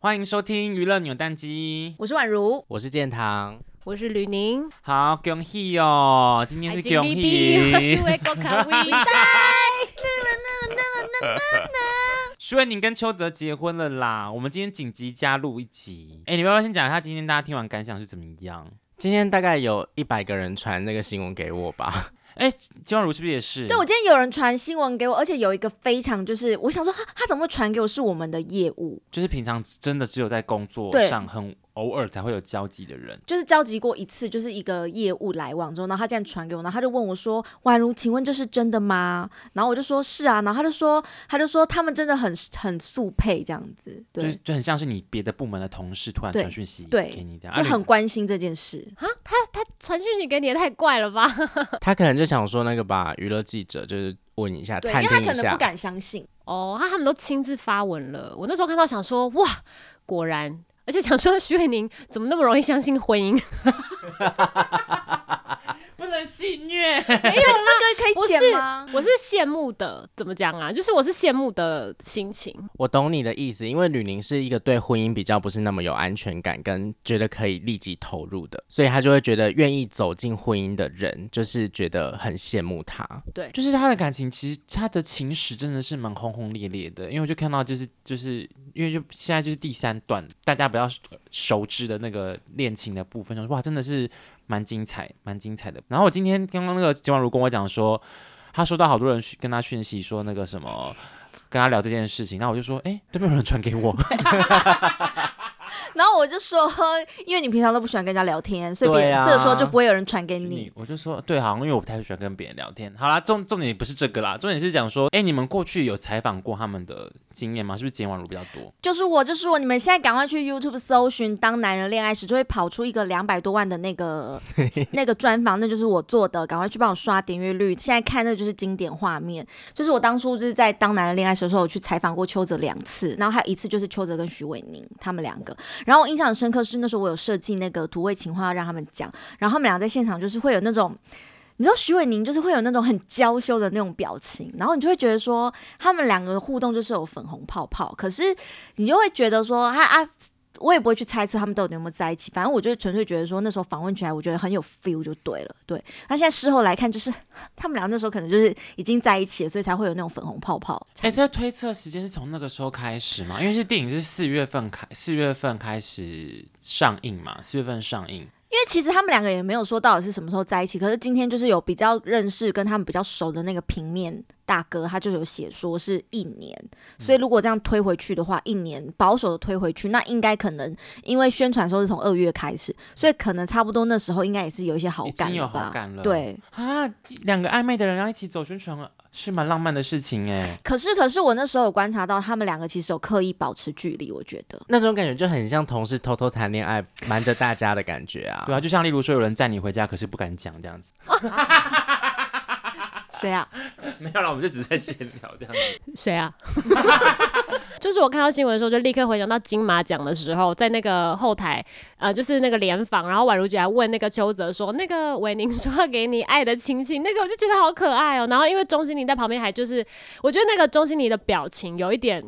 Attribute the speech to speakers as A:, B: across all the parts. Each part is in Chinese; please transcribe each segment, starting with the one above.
A: 欢迎收听娱乐扭蛋机，
B: 我是宛如，
C: 我是建堂，
D: 我是吕宁，
A: 好恭喜哦！今天是恭
D: 我是
A: 喜，
D: 维国卡维。
A: 徐伟宁跟邱泽结婚了啦。我们今天紧急加入一集，哎，你要不要先讲一下今天大家听完感想是怎么样？
C: 今天大概有一百个人传那个新闻给我吧，
A: 金宛如是不是也是？
B: 对我今天有人传新闻给我，而且有一个非常就是，我想说哈他怎么会传给我是我们的业务，
A: 就是平常真的只有在工作
B: 对
A: 上很偶尔才会有交集的人，
B: 就是交集过一次，就是一个业务来往之后，然后他这样传给我，然后他就问我说：“宛如，请问这是真的吗？”然后我就说：“是啊。”然后他就说：“他就说他们真的很很速配这样子，
A: 就
B: 对，
A: 就很像是你别的部门的同事突然
B: 对
A: 传讯息
B: 对
A: 给你这样，
B: 就
A: 啊
B: 很
A: 你
B: 关心这件事。
D: 传讯息给你也太怪了吧！
C: 他可能就想说那个吧，娱乐记者就是问一下，
B: 对，
C: 探
B: 因为他
C: 听一
B: 可能
C: 下
B: 不，敢相信，
D: 哦，他他们都亲自发文了。我那时候看到想说，哇，果然，而且想说徐伟宁怎么那么容易相信婚姻？
A: 不能戏虐。
D: 没有啦，
B: 这个可
D: 不
B: 以
D: 是
B: 剪吗？
D: 我是羡慕的，怎么讲啊？就是我是羡慕的心情。
C: 我懂你的意思，因为吕宁是一个对婚姻比较不是那么有安全感，跟觉得可以立即投入的，所以他就会觉得愿意走进婚姻的人，就是觉得很羡慕他。
A: 就是他的感情，其实他的情史真的是蛮轰轰烈烈的，因为我就看到就是就是因为就现在就是第三段，大家比较熟知的那个恋情的部分，想说哇，真的是蛮精彩，蛮精彩的。然后我今天刚刚那个金婉如跟我讲说，他收到好多人讯跟他讯息说那个什么。跟他聊这件事情，那我就说，哎、都没有人传给 我，
B: 然后我就说， 因为你平常都不喜欢跟人家聊天，所以别
C: 对
B: 人
C: 啊
B: 这个时候就不会有人传给你
A: 你。我就说，对，好像因为我不太喜欢跟别人聊天。好啦，重重点不是这个啦，重点是讲说，哎、你们过去有采访过他们的经验吗？是不是简婉如比较多？
B: 就是我，就是我，你们现在赶快去 YouTube 搜寻《当男人恋爱时》，就会跑出一个两百多万的那个那个专访，那就是我做的，赶快去帮我刷点阅率。现在看那就是经典画面，就是我当初就是在《当男人恋爱时》的时候，我去采访过邱泽两次，然后还有一次就是邱泽跟徐伟宁他们两个。然后我印象很深刻是那时候我有设计那个土味情话要让他们讲，然后他们俩在现场就是会有那种。你知道徐伟宁就是会有那种很娇羞的那种表情，然后你就会觉得说他们两个的互动就是有粉红泡泡，可是你就会觉得说，他啊，我也不会去猜测他们到底有没有在一起，反正我就纯粹觉得说那时候访问起来，我觉得很有 feel 就对了。对，那现在事后来看，就是他们俩那时候可能就是已经在一起了，所以才会有那种粉红泡泡。
A: 哎、这推测时间是从那个时候开始吗？因为是电影是四月份开，四月份开始上映嘛，四月份上映。
B: 因为其实他们两个也没有说到底是什么时候在一起，可是今天就是有比较认识跟他们比较熟的那个平面大哥，他就有写说是一年，所
A: 嗯
B: 以如果这样推回去的话，一年保守的推回去，那应该可能因为宣传说是从二月开始，所以可能差不多那时候应该也是有一些好
A: 已
B: 感
A: 经有
B: 了吧
A: 好感了
B: 对，
A: 啊，两个暧昧的人要一起走宣传啊，是蛮浪漫的事情哎、
B: 可是，可是我那时候有观察到，他们两个其实有刻意保持距离，我觉得。
C: 那种感觉就很像同事偷偷谈恋爱，瞒着大家的感觉啊。
A: 对啊，就像例如说有人载你回家，可是不敢讲这样子。
B: 谁啊？
A: 没有啦，我们就只是在闲聊这样子。
D: 谁啊？ 就是我看到新闻的时候，就立刻回想到金马奖的时候，在那个后台，呃，就是那个联访，然后宛如姐还问那个邱泽说，那个伟宁说要给你爱的亲亲，那个我就觉得好可爱哦、然后因为钟欣凌在旁边，还就是我觉得那个钟欣凌的表情有一点，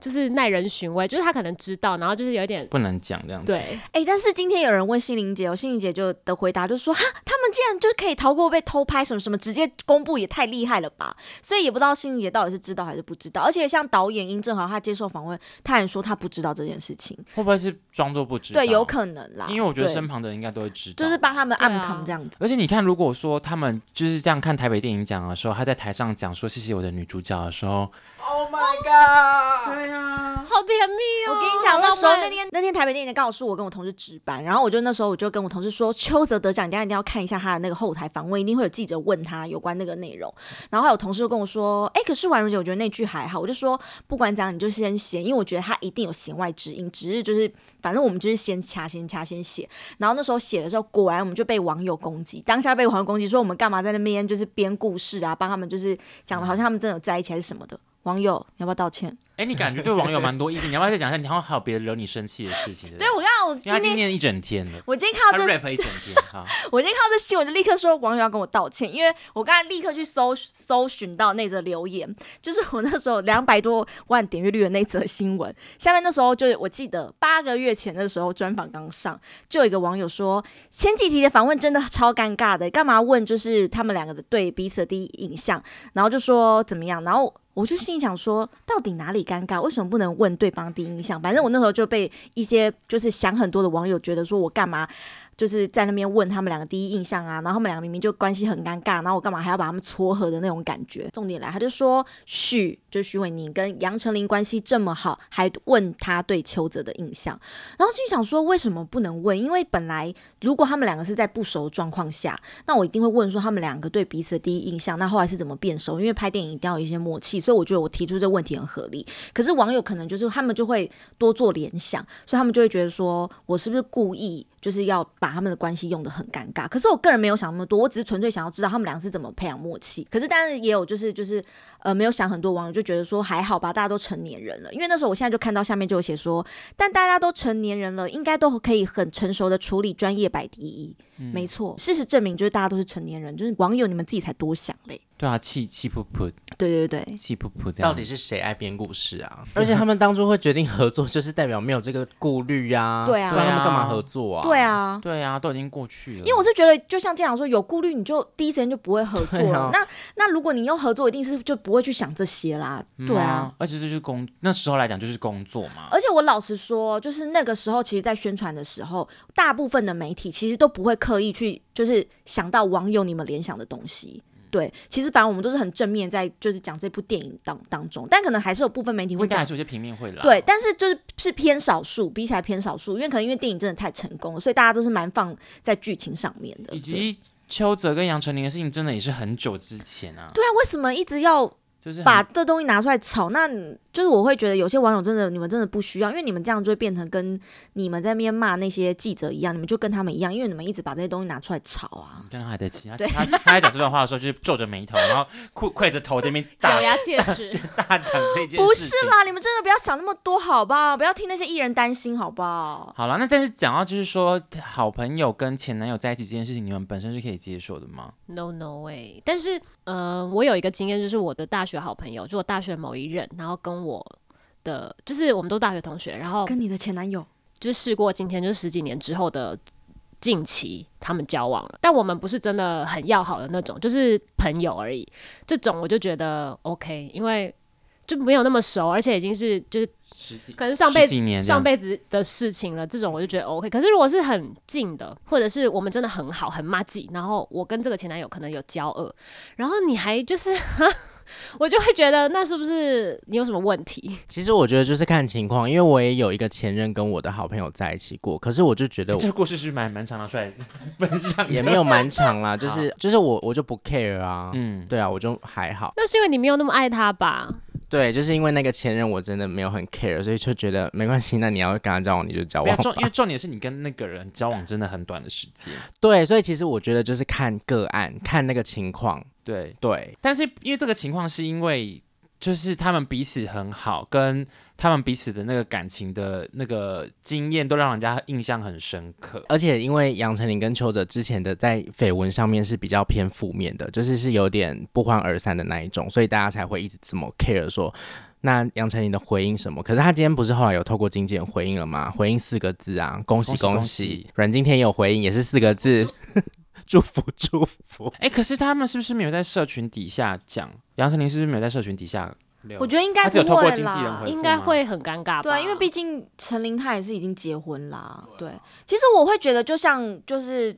D: 就是耐人寻味，就是他可能知道，然后就是有一点
A: 不能讲这样子。
D: 对，
B: 哎、但是今天有人问心灵姐，我心灵姐就的回答就是说，哈，他们竟然就可以逃过被偷拍什么什么，直接公布也太厉害了吧！所以也不知道心灵姐到底是知道还是不知道。而且像导演殷正豪，他接受访问，他也说他不知道这件事情，
A: 会不会是装作不知道？
B: 对，有可能啦。
A: 因为我觉得
B: 对
A: 身旁的人应该都会知道。
B: 就是帮他们
D: 对啊
B: 暗扛这样子。
A: 而且你看，如果说他们就是这样看台北电影奖的时候，他在台上讲说谢谢我的女主角的时候，
C: Oh my god！
A: 对啊，
D: 好甜蜜
B: 我
D: 哦、
B: 跟你讲，那时候
D: 好浪漫
B: 那天那天台北电影节刚好是我跟我同事值班，然后我就那时候我就跟我同事说，邱泽得奖，你等一下一定要看一下他的那个后台访问，一定会有记者问他有关那个内容。然后还有同事就跟我说，哎、可是婉如姐，我觉得那句还好，我就说不管怎样，你就先写，因为我觉得他一定有弦外之音，只是就是反正我们就是先掐先掐先写。然后那时候写的时候，果然我们就被网友攻击，当下被网友攻击说我们干嘛在那边就是编故事啊，帮他们就是讲的好像他们真的有在一起还是什么的。网友，你要不要道歉？
A: 哎，你感觉对网友蛮多意见，你要不要再讲一下？你好像还有别的惹你生气的事情？不
B: 对，我要我
A: 因为他
B: 今
A: 今
B: 天
A: 天一整天的，
B: 我今天
A: 他
B: 看到这
A: rap 一整天， 好，
B: 我今天看到这新闻就立刻说网友要跟我道歉，因为我刚才立刻去搜搜寻到那则留言，就是我那时候两百多万点阅率的那则新闻。下面那时候就是我记得八个月前的时候专访刚上，就有一个网友说前几题的访问真的超尴尬的，干嘛问就是他们两个的对彼此的第一印象，然后就说怎么样，然后。我就心里想说，到底哪里尴尬？为什么不能问对方第一印象？反正我那时候就被一些就是想很多的网友觉得说我干嘛就是在那边问他们两个第一印象啊，然后他们两个明明就关系很尴尬，然后我干嘛还要把他们撮合的那种感觉？重点来，他就说许就是徐伟宁跟杨丞琳关系这么好，还问他对邱泽的印象，然后就想说为什么不能问？因为本来如果他们两个是在不熟的状况下，那我一定会问说他们两个对彼此的第一印象，那后来是怎么变熟？因为拍电影一定要有一些默契，所以我觉得我提出这问题很合理。可是网友可能就是他们就会多做联想，所以他们就会觉得说我是不是故意就是要把他们的关系用得很尴尬？可是我个人没有想那么多，我只是纯粹想要知道他们俩是怎么培养默契。可是当然也有就是就是呃没有想很多网友就觉得说还好吧，大家都成年人了，因为那时候我现在就看到下面就有写说，但大家都成年人了，应该都可以很成熟的处理专业摆第一。没错，事实证明就是大家都是成年人，就是网友你们自己才多想嘞。
A: 对啊，气气噗噗，
B: 对对对，
A: 气噗噗这样，
C: 到底是谁爱编故事啊？ 而且他们当初会决定合作，就是代表没有这个顾虑啊。
B: 对啊
C: 不然他们干嘛合作啊？
B: 对，啊。
A: 对啊，都已经过去了，
B: 因为我是觉得，就像这样说，有顾虑你就第一时间就不会合作
C: 对
B: 了。
C: 啊
B: 那那如果你要合作，一定是就不会去想这些啦。
A: 嗯
B: 对啊，，
A: 而且这就是工那时候来讲就是工作嘛，
B: 而且我老实说，就是那个时候，其实，在宣传的时候，大部分的媒体其实都不会刻意去，就是想到网友你们联想的东西。对，其实反正我们都是很正面在，就是讲这部电影当当中，但可能还是有部分媒体会
A: 应该
B: 讲
A: 还是有些平面会来，
B: 对，但是就是是偏少数，比起来偏少数，因为可能因为电影真的太成功了，所以大家都是蛮放在剧情上面的。
A: 以及邱泽跟杨丞琳的事情，真的也是很久之前啊，
B: 对啊，为什么一直要
A: 就是很
B: 把这东西拿出来炒？那你就是我会觉得有些网友真的，你们真的不需要，因为你们这样就会变成跟你们在那边骂那些记者一样，你们就跟他们一样，因为你们一直把这些东西拿出来炒啊。
A: 你看他还在气，他他他在讲这段话的时候，就是皱着眉头，然后 哭跪着头在那边大
D: 咬牙切 齿。
A: 大讲这件事情。
B: 啊不是啦，啊你们真的不要想那么多，好不好？不要替那些艺人担心，好不好？
A: 好了，那但是讲到就是说，好朋友跟前男友在一起这件事情，你们本身是可以接受的吗？
D: No no way！但是，呃，我有一个经验，就是我的大学好朋友，就我大学某一任，然后跟我的，就是我们都大学同学，然后
B: 跟你的前男友，
D: 就是试过今天，就是十几年之后的近期，他们交往了，但我们不是真的很要好的那种，就是朋友而已。这种我就觉得 OK，因为就没有那么熟，而且已经是就是
A: 十几
D: 可能上辈
A: 十几年
D: 子
A: 这样
D: 上辈子的事情了，这种我就觉得 OK。可是如果是很近的，或者是我们真的很好很默契，然后我跟这个前男友可能有交恶，然后你还就是 我就会觉得那是不是你有什么问题？
C: 其实我觉得就是看情况，因为我也有一个前任跟我的好朋友在一起过，可是我就觉得 我
A: 这个故事是蛮蛮常拿出来分享的，
C: 也没有蛮长 啦，就是就是我我就不 care 啊。
A: 嗯，
C: 对啊，我就还好。
D: 那是因为你没有那么爱他吧？
C: 对，就是因为那个前任，我真的没有很 care，所以就觉得没关系。那你要跟他交往，你就交
A: 没有
C: 往。
A: 重，因为重点是你跟那个人交往真的很短的时间，
C: 对，所以其实我觉得就是看个案，看那个情况。
A: 对。
C: 对，
A: 但是因为这个情况是因为就是他们彼此很好，跟他们彼此的那个感情的那个经验都让人家印象很深刻。
C: 而且因为杨丞琳跟邱泽之前的在绯闻上面是比较偏负面的，就是是有点不欢而散的那一种，所以大家才会一直这么 care 说。那杨丞琳的回应什么？可是他今天不是后来有透过经纪人回应了吗？回应四个字啊，恭喜
A: 恭喜
C: 恭
A: 恭
C: 喜
A: 喜！
C: 阮经天也有回应，也是四个字， 祝福祝福。
A: 哎，可是他们是不是没有在社群底下讲？杨丞琳是不是没有在社群底下留？
B: 我觉得应该
A: 他
B: 不
A: 只有透过
B: 会
A: 经纪人
B: 啦
A: 回。复
D: 应该
A: 吗
D: 会很尴尬吧？
B: 对啊，因为毕竟陈琳她也是已经结婚啦。对，
A: 啊
B: 其实我会觉得，就像就是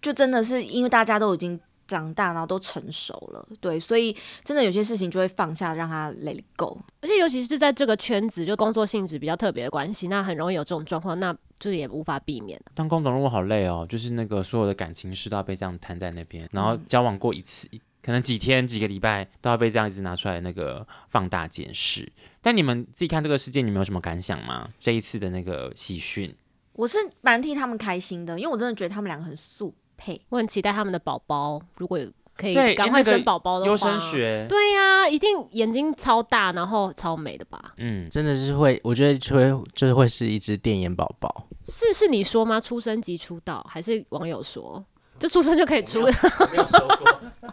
B: 就真的是因为大家都已经长大，然后都成熟了，对，所以真的有些事情就会放下，让它 let it go。
D: 而且尤其是在这个圈子，就工作性质比较特别的关系，那很容易有这种状况，那就也无法避免。
A: 当工作人物好累哦，就是那个所有的感情事都要被这样摊在那边，然
D: 嗯
A: 后交往过一次，可能几天、几个礼拜都要被这样一直拿出来那个放大检视。但你们自己看这个事件，你们有什么感想吗？这一次的那个喜讯，
B: 我是蛮替他们开心的，因为我真的觉得他们两个很速配。
D: 我很期待他们的宝宝，如果有可以
A: 对
D: 赶
A: 诶
D: 快
A: 那个
D: 生宝宝的话，
A: 优生学，
D: 对呀、一定眼睛超大，然后超美的吧？
A: 嗯，
C: 真的是会，我觉得就会就是会是一只电眼宝宝。
D: 是是你说吗？出生即出道，还是网友说？就出生就可以出， 哦
A: 没有说过。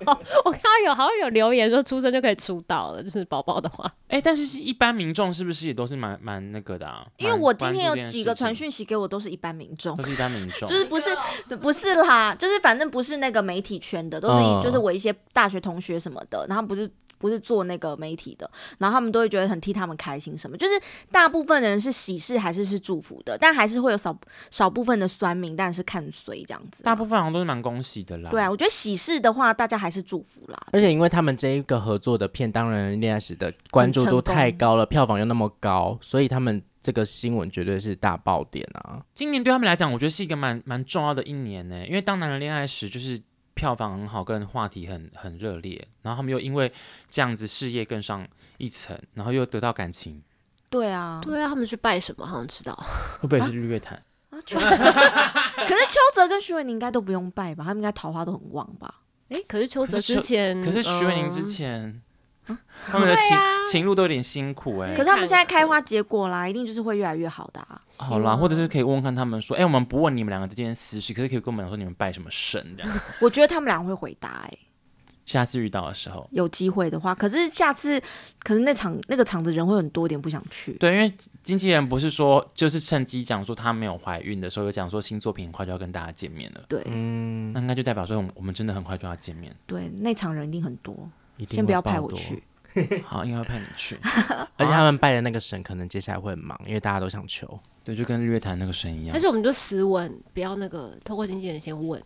D: 我看到有好像有留言说出生就可以出道了，就是宝宝的话，
A: 哎、但是是一般民众是不是也都是蛮蛮那个的啊？
B: 因为
A: 蛮
B: 我今天
A: 关注这件
B: 有几个
A: 事情
B: 传讯息给我都是一般民众
A: 都，是一般民众，
B: 就是不是不是啦，就是反正不是那个媒体圈的，都是一
C: 嗯
B: 就是我一些大学同学什么的，然后不是。不是做那个媒体的，然后他们都会觉得很替他们开心，什么就是大部分人是喜事还是是祝福的，但还是会有少少部分的酸民，但是看谁这样子啊、
A: 大部分好像都是蛮恭喜的啦。
B: 对啊，，我觉得喜事的话，大家还是祝福啦。
C: 而且因为他们这一个合作的片《当然恋爱时》的关注度太高了，票房又那么高，所以他们这个新闻绝对是大爆点啊！
A: 今年对他们来讲，我觉得是一个蛮蛮重要的一年呢，因为当男人恋爱时就是。票房很好，跟话题很很热烈，然后他们又因为这样子事业更上一层，然后又得到感情，
B: 对啊，
D: 对啊，他们去拜什么？好像知道，
A: 会不会是日月潭？
B: 啊秋可是邱泽跟徐伟宁应该都不用拜吧？他们应该桃花都很旺吧？
D: 哎、可是邱
A: 可
D: 泽
A: 是
D: 之
A: 邱
D: 前，
B: 啊
A: 可是徐伟宁之
D: 嗯
A: 前，他们的
D: 对
A: 情、
D: 啊
A: 情路都有点辛苦哎、
D: 可
B: 嗯可是他们现在
D: 看
B: 开花结果啦，一定就是会越来越好的、啊。
A: 好啦，或者是可以问问看他们说，哎、我们不问你们两个之间的私事，可是可以跟我们讲说你们拜什么神这样。
B: 我觉得他们俩会回答、欸，
A: 下次遇到的时候，
B: 有机会的话。可是下次，可是那场那个场子人会很多，有点不想去。
A: 对，因为经纪人不是说就是趁机讲说她没有怀孕的时候，有讲说新作品很快就要跟大家见面了，
B: 对
C: 嗯，
A: 那应该就代表说我们我们真的很快就要见 面。
B: 对，那场人一定很多，
C: 一定
B: 先不要
C: 会爆
B: 派我
C: 多
B: 去。。
A: 好，应该会派你去。
C: 而且他们拜的那个神可能接下来会很忙，因为大家都想求。
A: 对，就跟日月潭那个神一样
D: 但。是我们就死问，不要那个透过经纪人先问，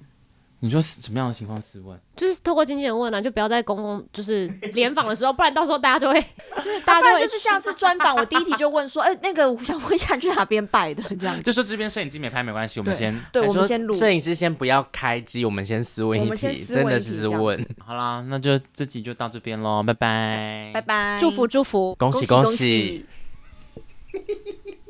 A: 你说什么样的情况私问？
D: 就是透过经纪人问啊，就不要在公共就是联访的时候，不然到时候大家就会就是大
B: 大
D: 家
B: 概
D: 啊就
B: 就
D: 会
B: 是下次专访，我第一 题就问说，哎、那个我想问一下去哪边拜的这样。
A: 就说这边摄影机没拍没关系，我们先
B: 对，
C: 还
B: 我们
C: 说
B: 先录。
C: 摄影师先不要开机，我们先私问
B: 我
C: 一
B: 们先
C: 题，
B: 私
C: 真
B: 问
C: 的
B: 一
C: 是
B: 题
C: 私
B: 这样
C: 问。
A: 好啦，那就这集就到这边喽，拜拜，
B: 拜拜，
D: 祝福祝福。
C: 恭喜
B: 恭
C: 喜！
B: 喜。